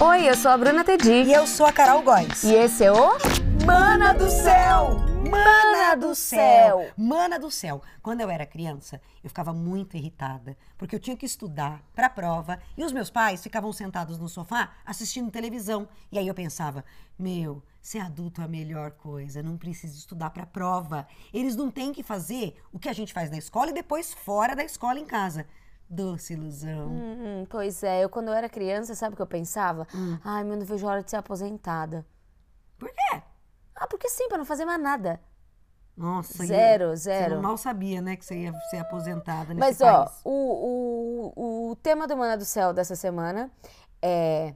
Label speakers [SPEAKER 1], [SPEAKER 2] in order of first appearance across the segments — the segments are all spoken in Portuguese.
[SPEAKER 1] Oi, eu sou a Bruna Tedi.
[SPEAKER 2] E eu sou a Carol Góes.
[SPEAKER 1] E esse é o
[SPEAKER 2] Mana do Céu! Mana do céu! Mana do céu! Quando eu era criança, eu ficava muito irritada, porque eu tinha que estudar para a prova e os meus pais ficavam sentados no sofá assistindo televisão. E aí eu pensava, meu, ser adulto é a melhor coisa, não preciso estudar para a prova. Eles não têm que fazer o que a gente faz na escola e depois fora da escola em casa. Doce ilusão.
[SPEAKER 1] Hum, pois é, eu quando eu era criança, sabe o que eu pensava?
[SPEAKER 2] Hum.
[SPEAKER 1] Ai, meu, não vejo a hora de ser aposentada.
[SPEAKER 2] Por quê?
[SPEAKER 1] Ah, porque sim, pra não fazer mais nada.
[SPEAKER 2] Nossa, e
[SPEAKER 1] Zero,
[SPEAKER 2] Você
[SPEAKER 1] zero.
[SPEAKER 2] mal sabia, né, que você ia ser aposentada nesse
[SPEAKER 1] Mas ó,
[SPEAKER 2] país.
[SPEAKER 1] o, o, o tema do Mana do Céu dessa semana é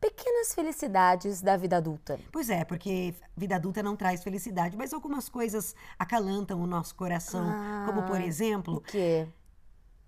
[SPEAKER 1] pequenas felicidades da vida adulta.
[SPEAKER 2] Pois é, porque vida adulta não traz felicidade, mas algumas coisas acalantam o nosso coração.
[SPEAKER 1] Ah.
[SPEAKER 2] Como, por exemplo,
[SPEAKER 1] Porque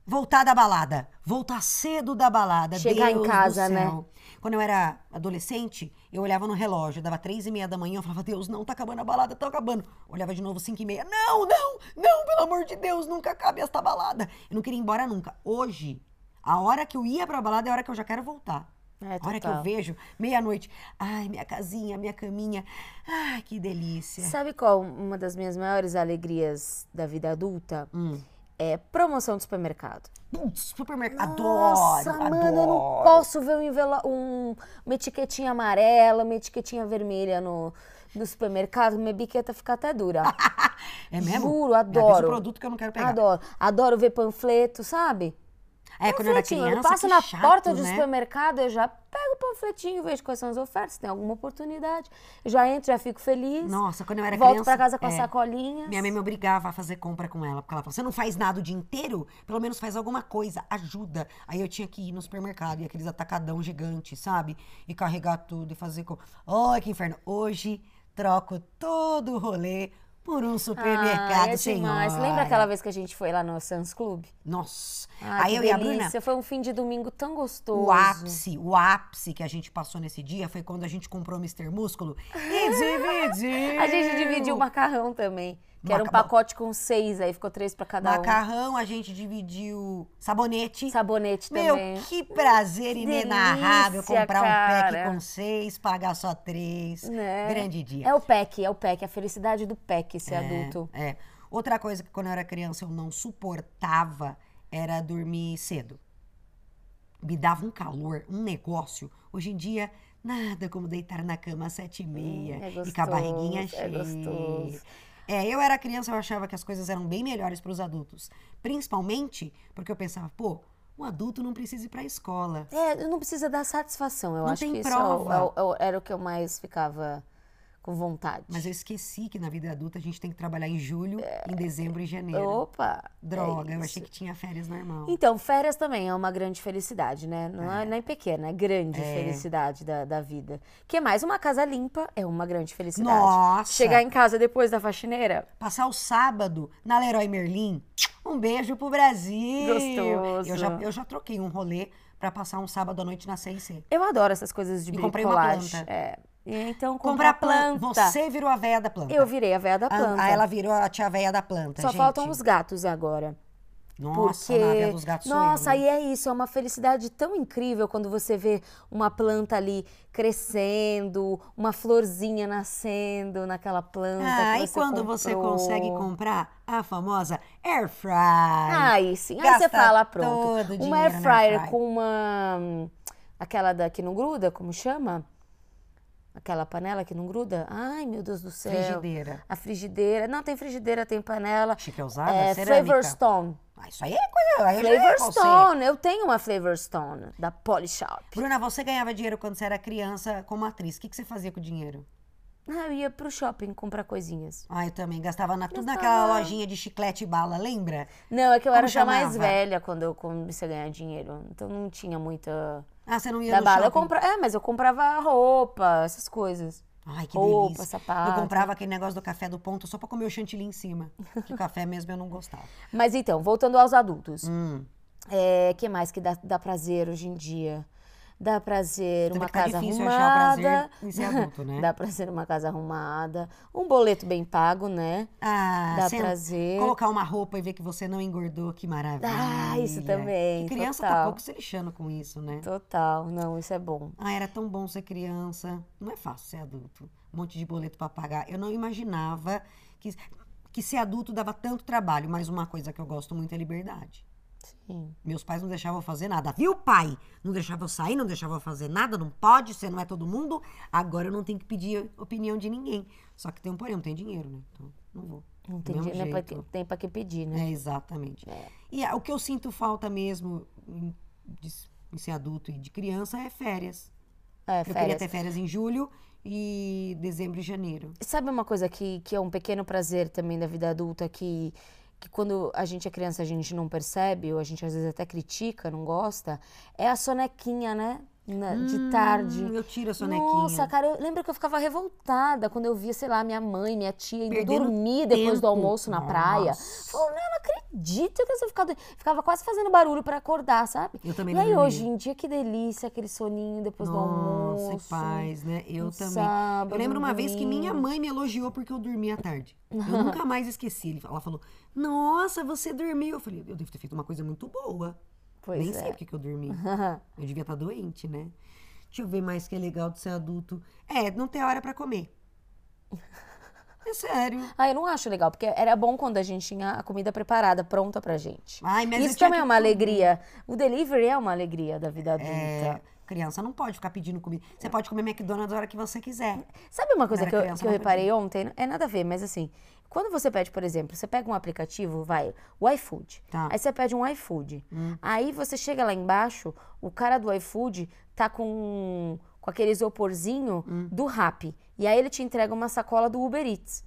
[SPEAKER 2] voltar da balada. Voltar cedo da balada.
[SPEAKER 1] Chegar em
[SPEAKER 2] Deus do
[SPEAKER 1] casa, né?
[SPEAKER 2] céu. Quando eu era adolescente, eu olhava no relógio, dava três e meia da manhã, eu falava, Deus, não, tá acabando a balada, tá acabando. Olhava de novo, cinco e meia, não, não, não, pelo amor de Deus, nunca acabe esta balada. Eu não queria ir embora nunca. Hoje, a hora que eu ia pra balada é a hora que eu já quero voltar.
[SPEAKER 1] É,
[SPEAKER 2] A hora que
[SPEAKER 1] total.
[SPEAKER 2] eu vejo, meia-noite, ai, minha casinha, minha caminha, ai, que delícia.
[SPEAKER 1] sabe qual uma das minhas maiores alegrias da vida adulta?
[SPEAKER 2] Hum.
[SPEAKER 1] É promoção do supermercado.
[SPEAKER 2] Putz, supermercado,
[SPEAKER 1] Nossa,
[SPEAKER 2] adoro,
[SPEAKER 1] mano,
[SPEAKER 2] adoro.
[SPEAKER 1] eu não posso ver um envelo- um- uma etiquetinha amarela, uma etiquetinha vermelha no, no supermercado. Minha biqueta fica até dura.
[SPEAKER 2] É mesmo?
[SPEAKER 1] Juro,
[SPEAKER 2] Me avisa o
[SPEAKER 1] adoro.
[SPEAKER 2] produto que eu não quero pegar.
[SPEAKER 1] Adoro. Adoro ver panfleto, sabe?
[SPEAKER 2] É, quando eu era
[SPEAKER 1] Panfletinho.
[SPEAKER 2] criança,
[SPEAKER 1] eu passo
[SPEAKER 2] que
[SPEAKER 1] na
[SPEAKER 2] chato,
[SPEAKER 1] porta do
[SPEAKER 2] né?
[SPEAKER 1] supermercado, eu já pego o panfletinho, vejo quais são as ofertas, se tem alguma oportunidade. Já entro, já fico feliz.
[SPEAKER 2] Nossa, quando eu era
[SPEAKER 1] Volto
[SPEAKER 2] criança...
[SPEAKER 1] pra casa com as
[SPEAKER 2] é,
[SPEAKER 1] sacolinhas.
[SPEAKER 2] Minha mãe me obrigava a fazer compra com ela, porque ela falava, você não faz nada o dia inteiro? Pelo menos faz alguma coisa, ajuda. Aí eu tinha que ir no supermercado, e aqueles atacadão gigante, sabe? E carregar tudo e fazer... Com... Ai, que inferno. Hoje, troco todo o rolê por um supermercado,
[SPEAKER 1] ah, é demais.
[SPEAKER 2] senhora.
[SPEAKER 1] Lembra aquela vez que a gente foi lá no Sans Club?
[SPEAKER 2] Nossa.
[SPEAKER 1] Ah,
[SPEAKER 2] Aí
[SPEAKER 1] que
[SPEAKER 2] eu e a Bruna...
[SPEAKER 1] delícia. Foi um fim de domingo tão gostoso.
[SPEAKER 2] O ápice, o ápice que a gente passou nesse dia foi quando a gente comprou o Mr. Músculo e dividiu.
[SPEAKER 1] A gente dividiu o macarrão também. Que era um
[SPEAKER 2] Macarrão.
[SPEAKER 1] pacote com seis, aí ficou três pra cada
[SPEAKER 2] Macarrão, a gente dividiu sabonete.
[SPEAKER 1] um. Sabonete
[SPEAKER 2] Meu,
[SPEAKER 1] também.
[SPEAKER 2] que prazer inenarrável
[SPEAKER 1] delícia,
[SPEAKER 2] comprar um
[SPEAKER 1] cara.
[SPEAKER 2] pack com seis, pagar só três.
[SPEAKER 1] Né?
[SPEAKER 2] Grande dia.
[SPEAKER 1] É o PEC, é o PEC, a felicidade do PEC ser adulto.
[SPEAKER 2] É. Outra coisa que quando eu era criança eu não suportava era dormir cedo. Me dava um calor, um negócio. Hoje em dia, nada como deitar na cama às sete e meia
[SPEAKER 1] é
[SPEAKER 2] e com a barriguinha
[SPEAKER 1] gostoso,
[SPEAKER 2] cheia.
[SPEAKER 1] é gostoso.
[SPEAKER 2] É, eu era criança, eu achava que as coisas eram bem melhores para os adultos. Principalmente porque eu pensava, pô, o adulto não precisa ir para a escola.
[SPEAKER 1] É, não precisa dar satisfação, eu
[SPEAKER 2] Não
[SPEAKER 1] acho
[SPEAKER 2] tem
[SPEAKER 1] que isso é o-
[SPEAKER 2] prova.
[SPEAKER 1] é o- é o- era o que eu mais ficava com vontade.
[SPEAKER 2] Mas eu esqueci que na vida adulta a gente tem que trabalhar em julho, em dezembro e janeiro.
[SPEAKER 1] Opa! é
[SPEAKER 2] Droga, eu
[SPEAKER 1] isso.
[SPEAKER 2] achei que tinha férias normal.
[SPEAKER 1] Então, férias também é uma grande felicidade, né? Não é, nem pequena, é grande felicidade da, da vida. Que é mais uma casa limpa é uma grande felicidade.
[SPEAKER 2] Nossa!
[SPEAKER 1] Chegar em casa depois da faxineira,
[SPEAKER 2] Passar o sábado na Leroy Merlin. Um beijo pro Brasil!
[SPEAKER 1] Gostoso.
[SPEAKER 2] Eu já, eu já troquei um rolê pra passar um sábado à noite na C&C.
[SPEAKER 1] eu adoro essas coisas de
[SPEAKER 2] E comprei uma
[SPEAKER 1] bricolagem.
[SPEAKER 2] planta.
[SPEAKER 1] É. E então comprar,
[SPEAKER 2] Comprar
[SPEAKER 1] planta.
[SPEAKER 2] planta. Você virou a véia da planta.
[SPEAKER 1] Eu virei a véia da
[SPEAKER 2] A-
[SPEAKER 1] planta.
[SPEAKER 2] Aí ela virou a tia véia da planta,
[SPEAKER 1] Só
[SPEAKER 2] gente.
[SPEAKER 1] faltam os gatos agora.
[SPEAKER 2] Nossa,
[SPEAKER 1] porque...
[SPEAKER 2] na véia dos gatos sou
[SPEAKER 1] Nossa,
[SPEAKER 2] eu, né?
[SPEAKER 1] e é isso. É uma felicidade tão incrível quando você vê uma planta ali crescendo, uma florzinha nascendo naquela planta.
[SPEAKER 2] Ah,
[SPEAKER 1] que
[SPEAKER 2] e quando você
[SPEAKER 1] comprou.
[SPEAKER 2] consegue comprar a famosa air fry?
[SPEAKER 1] Aí sim. Aí
[SPEAKER 2] Gasta
[SPEAKER 1] você fala, pronto.
[SPEAKER 2] todo o
[SPEAKER 1] uma
[SPEAKER 2] dinheiro
[SPEAKER 1] air
[SPEAKER 2] na
[SPEAKER 1] fryer
[SPEAKER 2] air fry.
[SPEAKER 1] com uma. hum, Aquela da que não gruda, como chama? Aquela panela que não gruda? Ai, meu Deus do céu.
[SPEAKER 2] Frigideira.
[SPEAKER 1] A frigideira. Não, tem frigideira, tem panela.
[SPEAKER 2] Xícara usada,
[SPEAKER 1] é,
[SPEAKER 2] cerâmica.
[SPEAKER 1] Flavor Stone.
[SPEAKER 2] Ah, isso aí é coisa... Aí já é
[SPEAKER 1] Flavor
[SPEAKER 2] você.
[SPEAKER 1] Stone. Eu tenho uma Flavor Stone da Polishop.
[SPEAKER 2] Bruna, você ganhava dinheiro quando você era criança como atriz. O que, que você fazia com o dinheiro?
[SPEAKER 1] Ah, eu ia pro shopping comprar coisinhas.
[SPEAKER 2] Ah, eu também gastava na, tudo
[SPEAKER 1] Gastava.
[SPEAKER 2] naquela lojinha de chiclete e bala, lembra?
[SPEAKER 1] Não, é que eu
[SPEAKER 2] Como
[SPEAKER 1] era já mais
[SPEAKER 2] chamava?
[SPEAKER 1] velha quando eu comecei a ganhar dinheiro. Então não tinha muita.
[SPEAKER 2] Ah, você não ia
[SPEAKER 1] Da
[SPEAKER 2] no
[SPEAKER 1] bala. Eu
[SPEAKER 2] shopping?
[SPEAKER 1] compra... É, mas eu comprava roupa, essas coisas.
[SPEAKER 2] Ai, que
[SPEAKER 1] Roupa,
[SPEAKER 2] delícia.
[SPEAKER 1] sapato.
[SPEAKER 2] Eu comprava aquele negócio do café do ponto só pra comer o chantilly em cima. Porque o café mesmo eu não gostava.
[SPEAKER 1] Mas então, voltando aos adultos.
[SPEAKER 2] Hum.
[SPEAKER 1] É, que mais que dá, dá prazer hoje em dia? Dá prazer
[SPEAKER 2] Tudo
[SPEAKER 1] uma
[SPEAKER 2] que tá
[SPEAKER 1] casa
[SPEAKER 2] difícil achar o prazer
[SPEAKER 1] arrumada.
[SPEAKER 2] em ser adulto, né?
[SPEAKER 1] Dá prazer uma casa arrumada. Um boleto bem pago, né?
[SPEAKER 2] Ah,
[SPEAKER 1] Dá
[SPEAKER 2] sen-
[SPEAKER 1] prazer.
[SPEAKER 2] Colocar uma roupa e ver que você não engordou, que maravilha.
[SPEAKER 1] Ah, isso também,
[SPEAKER 2] Que criança tá
[SPEAKER 1] total.
[SPEAKER 2] pouco se lixando com isso, né?
[SPEAKER 1] Total. Não, isso é bom.
[SPEAKER 2] Ah, era tão bom ser criança. Não é fácil ser adulto. Um monte de boleto pra pagar. Eu não imaginava que, que ser adulto dava tanto trabalho, mas uma coisa que eu gosto muito é liberdade.
[SPEAKER 1] Sim.
[SPEAKER 2] Meus pais não deixavam eu fazer nada. Viu, pai? Não deixava eu sair, não deixava eu fazer nada, não pode, você não é todo mundo. Agora eu não tenho que pedir opinião de ninguém. Só que tem um porém, eu não tenho dinheiro, né? Então, não vou.
[SPEAKER 1] Não
[SPEAKER 2] Do
[SPEAKER 1] tem,
[SPEAKER 2] mesmo
[SPEAKER 1] di- né, pra
[SPEAKER 2] jeito.
[SPEAKER 1] que- tem pra que pedir, né?
[SPEAKER 2] É, exatamente.
[SPEAKER 1] É.
[SPEAKER 2] E ah, o que eu sinto falta mesmo em, de s- em ser adulto e de criança é férias.
[SPEAKER 1] É,
[SPEAKER 2] Eu queria
[SPEAKER 1] férias.
[SPEAKER 2] ter férias em julho e dezembro e janeiro.
[SPEAKER 1] Sabe uma coisa que, que é um pequeno prazer também da vida adulta que, que quando a gente é criança a gente não percebe, ou a gente às vezes até critica, não gosta? É a sonequinha, né? Na- de tarde.
[SPEAKER 2] Hum, eu tiro a sonequinha.
[SPEAKER 1] Nossa, cara, eu lembro que eu ficava revoltada quando eu via, sei lá, minha mãe, minha tia indo
[SPEAKER 2] Perdendo
[SPEAKER 1] dormir depois do
[SPEAKER 2] tempo.
[SPEAKER 1] almoço na praia.
[SPEAKER 2] Nossa.
[SPEAKER 1] Falou, não, eu não acredito que você ficava. Ficava quase fazendo barulho pra acordar, sabe?
[SPEAKER 2] Eu também
[SPEAKER 1] E
[SPEAKER 2] não
[SPEAKER 1] aí,
[SPEAKER 2] dormia.
[SPEAKER 1] hoje em dia, que delícia aquele soninho depois do almoço.
[SPEAKER 2] Nossa, que paz, né? Eu
[SPEAKER 1] um
[SPEAKER 2] também.
[SPEAKER 1] sábado,
[SPEAKER 2] Eu lembro
[SPEAKER 1] um
[SPEAKER 2] uma vez que minha mãe me elogiou porque eu dormi à tarde. Eu nunca mais esqueci. Ele- Ela falou: Nossa, você dormiu. Eu falei: Eu devo ter feito uma coisa muito boa.
[SPEAKER 1] Pois
[SPEAKER 2] Nem
[SPEAKER 1] é.
[SPEAKER 2] sei porque que eu dormi. Eu devia estar doente, né? Deixa eu ver mais que é legal de ser adulto. É, não ter hora pra comer. É sério.
[SPEAKER 1] Ah, eu não acho legal, porque era bom quando a gente tinha a comida preparada, pronta pra gente.
[SPEAKER 2] Ai, mas eu
[SPEAKER 1] Isso
[SPEAKER 2] tinha
[SPEAKER 1] também
[SPEAKER 2] que
[SPEAKER 1] é uma alegria. O delivery é uma alegria da vida adulta.
[SPEAKER 2] É, criança não pode ficar pedindo comida. Você pode comer McDonald's a hora que você quiser.
[SPEAKER 1] Sabe uma coisa
[SPEAKER 2] era
[SPEAKER 1] que eu,
[SPEAKER 2] criança, assim.
[SPEAKER 1] que eu
[SPEAKER 2] não
[SPEAKER 1] reparei ontem? É nada a ver, mas assim, quando você pede, por exemplo, você pega um aplicativo, vai, o iFood.
[SPEAKER 2] Tá. Hum.
[SPEAKER 1] Aí você pede um iFood. Aí você chega lá embaixo, o cara do iFood tá com, com aquele isoporzinho
[SPEAKER 2] Hum.
[SPEAKER 1] do Rap. E aí ele te entrega uma sacola do Uber Eats.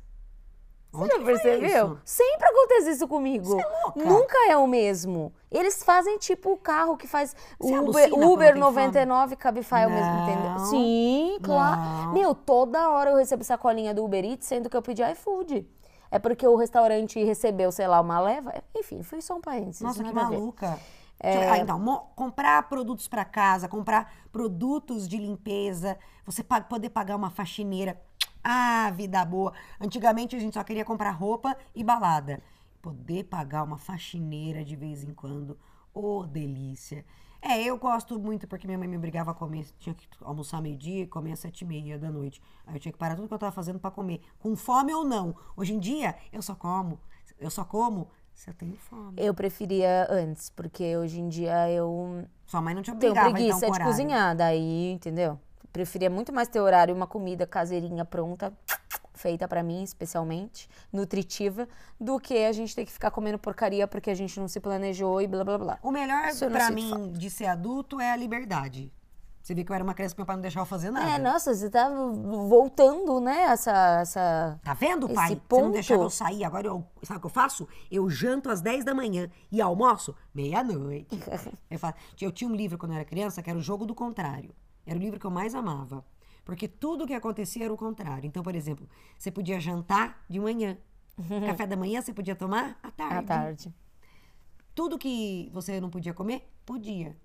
[SPEAKER 2] Onde
[SPEAKER 1] Você
[SPEAKER 2] que
[SPEAKER 1] já
[SPEAKER 2] foi
[SPEAKER 1] percebeu?
[SPEAKER 2] isso?
[SPEAKER 1] Sempre acontece isso comigo.
[SPEAKER 2] Você é louca?
[SPEAKER 1] Nunca é o mesmo. Eles fazem tipo o carro que faz
[SPEAKER 2] Você
[SPEAKER 1] o
[SPEAKER 2] alucina
[SPEAKER 1] Uber,
[SPEAKER 2] quando
[SPEAKER 1] Uber
[SPEAKER 2] tem
[SPEAKER 1] 99 e Cabify ao mesmo
[SPEAKER 2] Não.
[SPEAKER 1] tempo. Sim, claro.
[SPEAKER 2] Não.
[SPEAKER 1] Meu, toda hora eu recebo sacolinha do Uber Eats, sendo que eu pedi iFood. É porque o restaurante recebeu, sei lá, uma leva. Enfim, fui só um parênteses.
[SPEAKER 2] Nossa, que
[SPEAKER 1] nada a ver. É.
[SPEAKER 2] maluca. Deixa eu- Ah, então, mo- comprar produtos pra casa, comprar produtos de limpeza, você pa- poder pagar uma faxineira. Ah, vida boa. Antigamente a gente só queria comprar roupa e balada. Poder pagar uma faxineira de vez em quando. Ô, delícia. É, eu gosto muito porque minha mãe me obrigava a comer. Tinha que almoçar meio-dia e comer às sete e meia da noite. Aí eu tinha que parar tudo que eu tava fazendo pra comer. Com fome ou não. Hoje em dia, eu só como. Eu só como se eu tenho fome.
[SPEAKER 1] Eu preferia antes, porque hoje em dia eu
[SPEAKER 2] Sua mãe não te
[SPEAKER 1] tenho
[SPEAKER 2] obrigava, então,
[SPEAKER 1] preguiça de
[SPEAKER 2] com horário.
[SPEAKER 1] cozinhar, daí, entendeu? Preferia muito mais ter horário e uma comida caseirinha pronta, feita pra mim, especialmente, nutritiva, do que a gente ter que ficar comendo porcaria porque a gente não se planejou e blá blá blá.
[SPEAKER 2] O melhor
[SPEAKER 1] Isso eu não
[SPEAKER 2] pra
[SPEAKER 1] sinto
[SPEAKER 2] mim de ser adulto é a liberdade. Você vê que eu era uma criança que meu pai não deixava eu fazer nada.
[SPEAKER 1] É, nossa, você tá voltando, né? Essa. essa...
[SPEAKER 2] Tá vendo,
[SPEAKER 1] Esse
[SPEAKER 2] pai? Você não
[SPEAKER 1] ponto-
[SPEAKER 2] deixava eu sair. Agora, eu, sabe o que eu faço? Eu janto às 10 da manhã e almoço meia-noite. eu, fa- eu tinha um livro quando eu era criança que era o Jogo do Contrário. Era o livro que eu mais amava. Porque tudo o que acontecia era o contrário. Então, por exemplo, você podia jantar de manhã. Café da manhã você podia tomar à
[SPEAKER 1] À tarde.
[SPEAKER 2] tudo que você não podia comer, podia.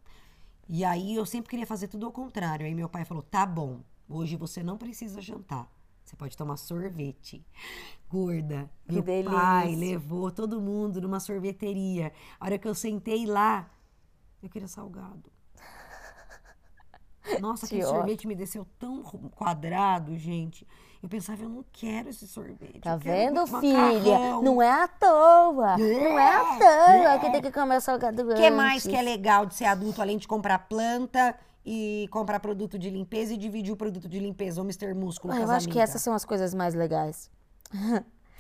[SPEAKER 2] E aí eu sempre queria fazer tudo ao contrário. Aí meu pai falou: tá bom, hoje você não precisa jantar. Você pode tomar sorvete. Gorda.
[SPEAKER 1] Que
[SPEAKER 2] meu pai
[SPEAKER 1] delícia.
[SPEAKER 2] levou todo mundo numa sorveteria. A hora que eu sentei lá, eu queria salgado. Nossa,
[SPEAKER 1] Que
[SPEAKER 2] aquele
[SPEAKER 1] ótimo.
[SPEAKER 2] sorvete me desceu tão ru- quadrado, gente. Eu pensava, eu não quero esse sorvete.
[SPEAKER 1] Tá
[SPEAKER 2] eu quero
[SPEAKER 1] vendo,
[SPEAKER 2] um
[SPEAKER 1] filha?
[SPEAKER 2] macarrão.
[SPEAKER 1] Não é à toa. Não é à toa que tem que comer o salgado Ah,
[SPEAKER 2] O que mais que é legal de ser adulto, além de comprar planta e comprar produto de limpeza e dividir o produto de limpeza, ou Mr. Músculo,
[SPEAKER 1] Ah,
[SPEAKER 2] com
[SPEAKER 1] eu
[SPEAKER 2] as
[SPEAKER 1] acho que
[SPEAKER 2] amigas?
[SPEAKER 1] essas são as coisas mais legais.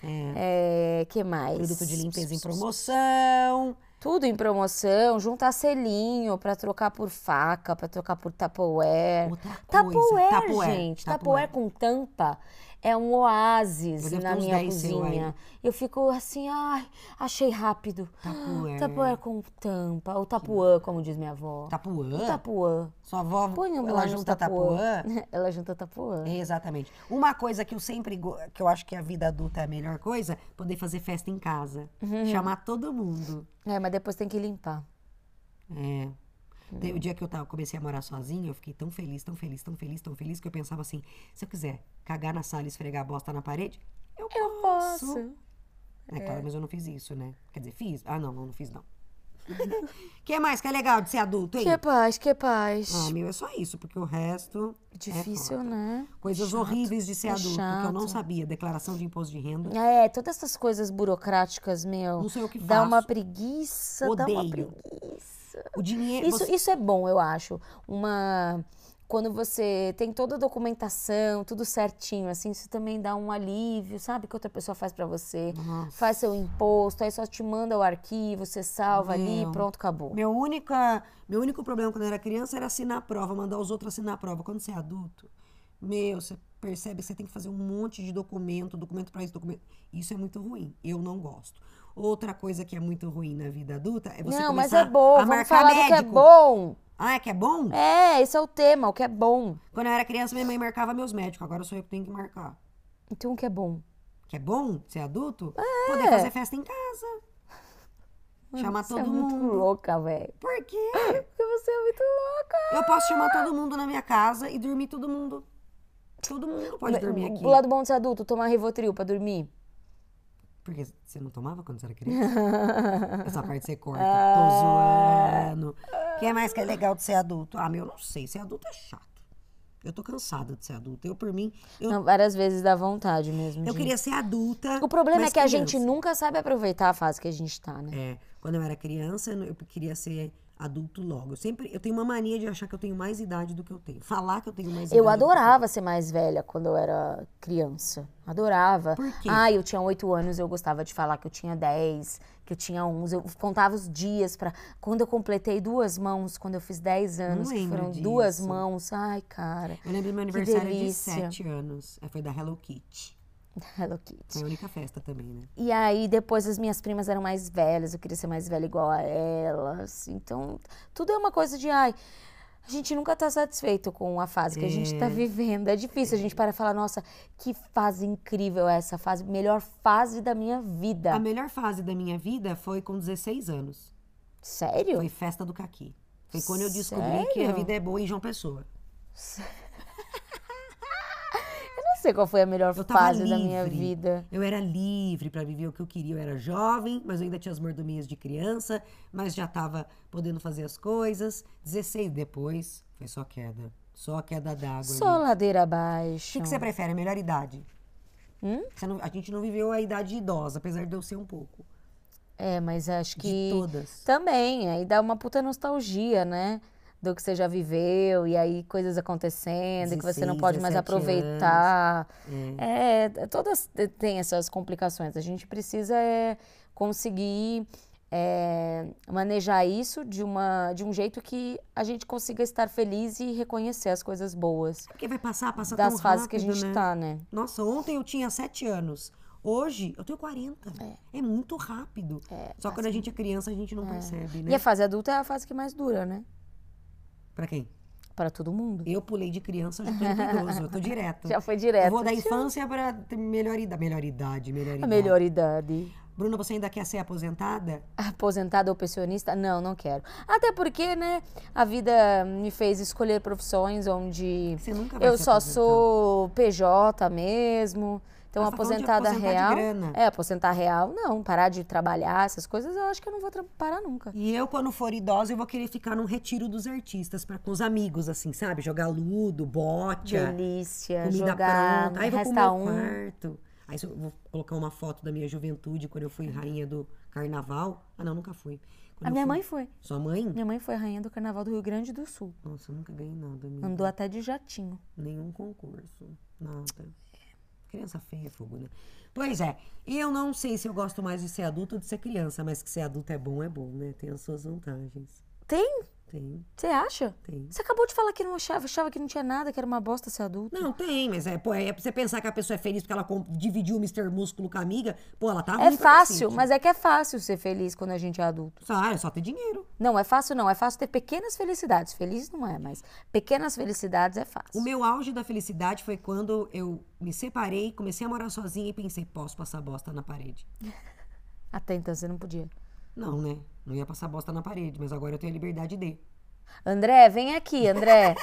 [SPEAKER 2] É,
[SPEAKER 1] É, que mais?
[SPEAKER 2] Produto de limpeza em promoção.
[SPEAKER 1] Tudo em promoção, juntar selinho pra trocar por faca, pra trocar por Tupperware.
[SPEAKER 2] Outra coisa.
[SPEAKER 1] Tupperware, É. gente. Tupperware com tampa é um
[SPEAKER 2] Eu
[SPEAKER 1] oásis
[SPEAKER 2] devo ter
[SPEAKER 1] na
[SPEAKER 2] uns
[SPEAKER 1] minha
[SPEAKER 2] 10 seu aí.
[SPEAKER 1] cozinha. Eu fico assim, ai, achei rápido.
[SPEAKER 2] Tupperware.
[SPEAKER 1] Tupperware com tampa, ou tapuã, como diz minha avó.
[SPEAKER 2] Tapuã?
[SPEAKER 1] Tapuã.
[SPEAKER 2] Sua avó,
[SPEAKER 1] Põe um
[SPEAKER 2] ela
[SPEAKER 1] lá no
[SPEAKER 2] junta tapuã?
[SPEAKER 1] Ela junta tapuã.
[SPEAKER 2] É, Exatamente. Uma coisa que eu sempre, go- que eu acho que a vida adulta é a melhor coisa, poder fazer festa em
[SPEAKER 1] Uhum.
[SPEAKER 2] casa. Chamar todo mundo.
[SPEAKER 1] É, mas depois tem que limpar.
[SPEAKER 2] É. Tem O dia que eu tava, comecei a morar sozinha, eu fiquei tão feliz, tão feliz, tão feliz, tão feliz, que eu pensava assim: se eu quiser cagar na sala e esfregar a bosta na parede, eu,
[SPEAKER 1] Eu posso.
[SPEAKER 2] É, claro, mas eu não fiz isso, né? Quer dizer, fiz? Ah, não, não, não fiz, não. O que mais que é legal de ser adulto, hein?
[SPEAKER 1] Que paz, que paz.
[SPEAKER 2] Ah, meu, é só isso, porque o resto. é
[SPEAKER 1] Difícil,
[SPEAKER 2] foda.
[SPEAKER 1] né?
[SPEAKER 2] Coisas
[SPEAKER 1] Chato.
[SPEAKER 2] horríveis de ser
[SPEAKER 1] é
[SPEAKER 2] adulto, que eu não
[SPEAKER 1] chato.
[SPEAKER 2] sabia. Declaração de imposto de renda.
[SPEAKER 1] É, todas essas coisas burocráticas, meu.
[SPEAKER 2] Não sei o que
[SPEAKER 1] Dá uma
[SPEAKER 2] faço.
[SPEAKER 1] preguiça, dá uma
[SPEAKER 2] Odeio.
[SPEAKER 1] preguiça.
[SPEAKER 2] O dinheiro.
[SPEAKER 1] Isso,
[SPEAKER 2] você-
[SPEAKER 1] isso é bom, eu acho. Uma. Quando você tem toda a documentação, tudo certinho, assim, isso também dá um alívio, sabe? Que outra pessoa faz pra você.
[SPEAKER 2] Nossa.
[SPEAKER 1] Faz seu imposto, aí só te manda o arquivo, você salva ali,
[SPEAKER 2] Meu.
[SPEAKER 1] pronto, acabou.
[SPEAKER 2] Meu, única, meu único problema quando eu era criança era assinar a prova, mandar os outros assinar a prova. Quando você é adulto, meu, você percebe que você tem que fazer um monte de documento, documento pra isso, documento. Isso é muito ruim. Eu não gosto. Outra coisa que é muito ruim na vida adulta é você
[SPEAKER 1] Não,
[SPEAKER 2] começar
[SPEAKER 1] mas é bom,
[SPEAKER 2] a
[SPEAKER 1] vamos
[SPEAKER 2] marcar
[SPEAKER 1] falar
[SPEAKER 2] médico.
[SPEAKER 1] do que é bom.
[SPEAKER 2] Ah, é que é bom?
[SPEAKER 1] É, esse é o tema, o que é bom.
[SPEAKER 2] Quando eu era criança, minha mãe marcava meus médicos. Agora sou eu que tenho que marcar.
[SPEAKER 1] Então o que é bom?
[SPEAKER 2] Que é bom ser adulto? Poder fazer festa em casa. Chamar
[SPEAKER 1] Você é
[SPEAKER 2] todo
[SPEAKER 1] muito
[SPEAKER 2] mundo.
[SPEAKER 1] louca, velho.
[SPEAKER 2] Por quê?
[SPEAKER 1] Porque você é muito louca.
[SPEAKER 2] Eu posso chamar todo mundo na minha casa e dormir todo mundo. Todo mundo pode dormir aqui.
[SPEAKER 1] O lado bom de ser adulto, tomar Rivotril pra dormir.
[SPEAKER 2] Porque você não tomava quando você era criança? Essa parte você corta.
[SPEAKER 1] Ah.
[SPEAKER 2] Tô zoando. O que mais que é legal de ser adulto? Ah, meu, eu não sei. Ser adulto é chato. Eu tô cansada de ser adulta. Eu, por mim, eu,
[SPEAKER 1] Não, várias vezes dá vontade mesmo.
[SPEAKER 2] eu
[SPEAKER 1] de-
[SPEAKER 2] queria ser adulta.
[SPEAKER 1] O problema é
[SPEAKER 2] mas
[SPEAKER 1] que a gente
[SPEAKER 2] criança.
[SPEAKER 1] nunca sabe aproveitar a fase que a gente tá, né?
[SPEAKER 2] É, quando eu era criança, eu não- eu queria ser adulto logo. Eu sempre, eu tenho uma mania de achar que eu tenho mais idade do que eu tenho. Falar que eu tenho mais idade. do
[SPEAKER 1] Eu
[SPEAKER 2] que
[SPEAKER 1] adorava ser mais velha quando eu era criança. Adorava.
[SPEAKER 2] Por quê?
[SPEAKER 1] Ah, eu tinha oito anos, eu gostava de falar que eu tinha 10, que eu tinha 11. Eu contava os dias pra. Quando eu completei duas mãos, quando eu fiz 10 anos, que
[SPEAKER 2] lembro
[SPEAKER 1] foram duas
[SPEAKER 2] disso.
[SPEAKER 1] mãos. Ai, cara.
[SPEAKER 2] Eu lembro do meu aniversário de
[SPEAKER 1] delícia.
[SPEAKER 2] 7 anos. Aí Foi da Hello Kitty.
[SPEAKER 1] Hello Kitty.
[SPEAKER 2] Foi a única festa também, né?
[SPEAKER 1] E aí, depois as minhas primas eram mais velhas, eu queria ser mais velha igual a elas. Então, tudo é uma coisa de, ai, a gente nunca tá satisfeito com a fase que a gente tá vivendo. É difícil a gente para e falar, nossa, que fase incrível essa fase, melhor fase da minha vida.
[SPEAKER 2] A melhor fase da minha vida foi com 16 anos.
[SPEAKER 1] Sério?
[SPEAKER 2] Foi festa do caqui. Foi quando eu descobri que a
[SPEAKER 1] Sério?
[SPEAKER 2] vida é boa em João Pessoa.
[SPEAKER 1] Eu não sei qual foi a melhor
[SPEAKER 2] Eu tava
[SPEAKER 1] fase da
[SPEAKER 2] livre.
[SPEAKER 1] minha vida.
[SPEAKER 2] Eu era livre pra viver o que eu queria. Eu era jovem, mas eu ainda tinha as mordomias de criança, mas já tava podendo fazer as coisas. 16 depois, foi só queda. Só queda d'água.
[SPEAKER 1] Só
[SPEAKER 2] ali.
[SPEAKER 1] ladeira
[SPEAKER 2] O
[SPEAKER 1] abaixo.
[SPEAKER 2] que, que você prefere? A melhor idade?
[SPEAKER 1] Hum?
[SPEAKER 2] Você não- a gente não viveu a idade idosa, apesar de eu ser um pouco.
[SPEAKER 1] É, mas acho que.
[SPEAKER 2] De todas.
[SPEAKER 1] Também, aí dá uma puta nostalgia, né? Do que você já viveu, e aí coisas acontecendo, e que você não
[SPEAKER 2] 16,
[SPEAKER 1] pode mais
[SPEAKER 2] 17
[SPEAKER 1] aproveitar.
[SPEAKER 2] É.
[SPEAKER 1] É, todas te- têm essas complicações. A gente precisa é, conseguir é, manejar isso de, uma, de um jeito que a gente consiga estar feliz e reconhecer as coisas boas
[SPEAKER 2] Porque vai passar, passa Tá tão
[SPEAKER 1] das fases que a
[SPEAKER 2] rápido,
[SPEAKER 1] gente
[SPEAKER 2] né?
[SPEAKER 1] tá, né?
[SPEAKER 2] Nossa, ontem eu tinha 7 anos. Hoje eu tenho 40. É, muito rápido. Só quando a gente é criança a gente não percebe,
[SPEAKER 1] tá assim. E
[SPEAKER 2] né?
[SPEAKER 1] a fase adulta é a fase que mais dura, né?
[SPEAKER 2] Pra quem?
[SPEAKER 1] Para todo mundo.
[SPEAKER 2] Eu pulei de criança, já tô em idoso, eu tô direto.
[SPEAKER 1] Já foi
[SPEAKER 2] Então, Eu
[SPEAKER 1] direto.
[SPEAKER 2] vou da infância pra então. ter melhor idade. Melhor idade, melhor
[SPEAKER 1] A
[SPEAKER 2] idade.
[SPEAKER 1] melhor idade.
[SPEAKER 2] Bruna, você ainda quer ser aposentada?
[SPEAKER 1] Aposentada ou pensionista? Não, não quero. Até porque, né, a vida me fez escolher profissões onde
[SPEAKER 2] Você nunca Tá, vai
[SPEAKER 1] eu
[SPEAKER 2] ser
[SPEAKER 1] só
[SPEAKER 2] aposentada.
[SPEAKER 1] sou PJ mesmo. Então,
[SPEAKER 2] Ah, você tá falando de
[SPEAKER 1] aposentada
[SPEAKER 2] aposentar de
[SPEAKER 1] real.
[SPEAKER 2] grana.
[SPEAKER 1] É, aposentar real, não. Parar de trabalhar, essas coisas, eu acho que eu não vou tra- parar nunca.
[SPEAKER 2] E eu, quando for idosa, eu vou querer ficar num retiro dos artistas, pra, com os amigos, assim, sabe? Jogar ludo, bote.
[SPEAKER 1] Delícia,
[SPEAKER 2] comida
[SPEAKER 1] É, jogar
[SPEAKER 2] pronta. Aí vou pro
[SPEAKER 1] resta
[SPEAKER 2] meu
[SPEAKER 1] um.
[SPEAKER 2] quarto. Aí se eu vou colocar uma foto da minha juventude quando eu fui rainha do carnaval. Ah, não, nunca fui. Quando
[SPEAKER 1] Uhum. A
[SPEAKER 2] eu
[SPEAKER 1] minha
[SPEAKER 2] fui-
[SPEAKER 1] mãe foi.
[SPEAKER 2] Sua mãe?
[SPEAKER 1] Minha mãe foi rainha do carnaval do Rio Grande do Sul.
[SPEAKER 2] Nossa, eu nunca ganhei nada, amiga.
[SPEAKER 1] Andou até de jatinho.
[SPEAKER 2] Nenhum concurso. Nada. Criança feia, é fogo, né? Pois é, eu não sei se eu gosto mais de ser adulto ou de ser criança, mas que ser adulto é bom, é bom, né? Tem as suas vantagens.
[SPEAKER 1] Tem?
[SPEAKER 2] Tem,
[SPEAKER 1] Você acha?
[SPEAKER 2] tem.
[SPEAKER 1] Você acabou de falar que não achava, achava que não tinha nada, que era uma bosta ser adulto.
[SPEAKER 2] Não, tem, mas é, pô, é pra você pensar que a pessoa é feliz porque ela com- dividiu o Mr. Músculo com a amiga, pô, ela tá ruim
[SPEAKER 1] É
[SPEAKER 2] pra
[SPEAKER 1] fácil,
[SPEAKER 2] cacete.
[SPEAKER 1] mas é que é fácil ser feliz quando a gente é adulto.
[SPEAKER 2] Só, é só ter dinheiro.
[SPEAKER 1] Não, é fácil não, é fácil ter pequenas felicidades. Feliz não é, mas pequenas felicidades é
[SPEAKER 2] O
[SPEAKER 1] fácil.
[SPEAKER 2] meu auge da felicidade foi quando eu me separei, comecei a morar sozinha e pensei, posso passar bosta na parede.
[SPEAKER 1] Até então você não podia.
[SPEAKER 2] Não, né? Não ia passar bosta na parede, mas agora eu tenho a liberdade de.
[SPEAKER 1] André, vem aqui, André.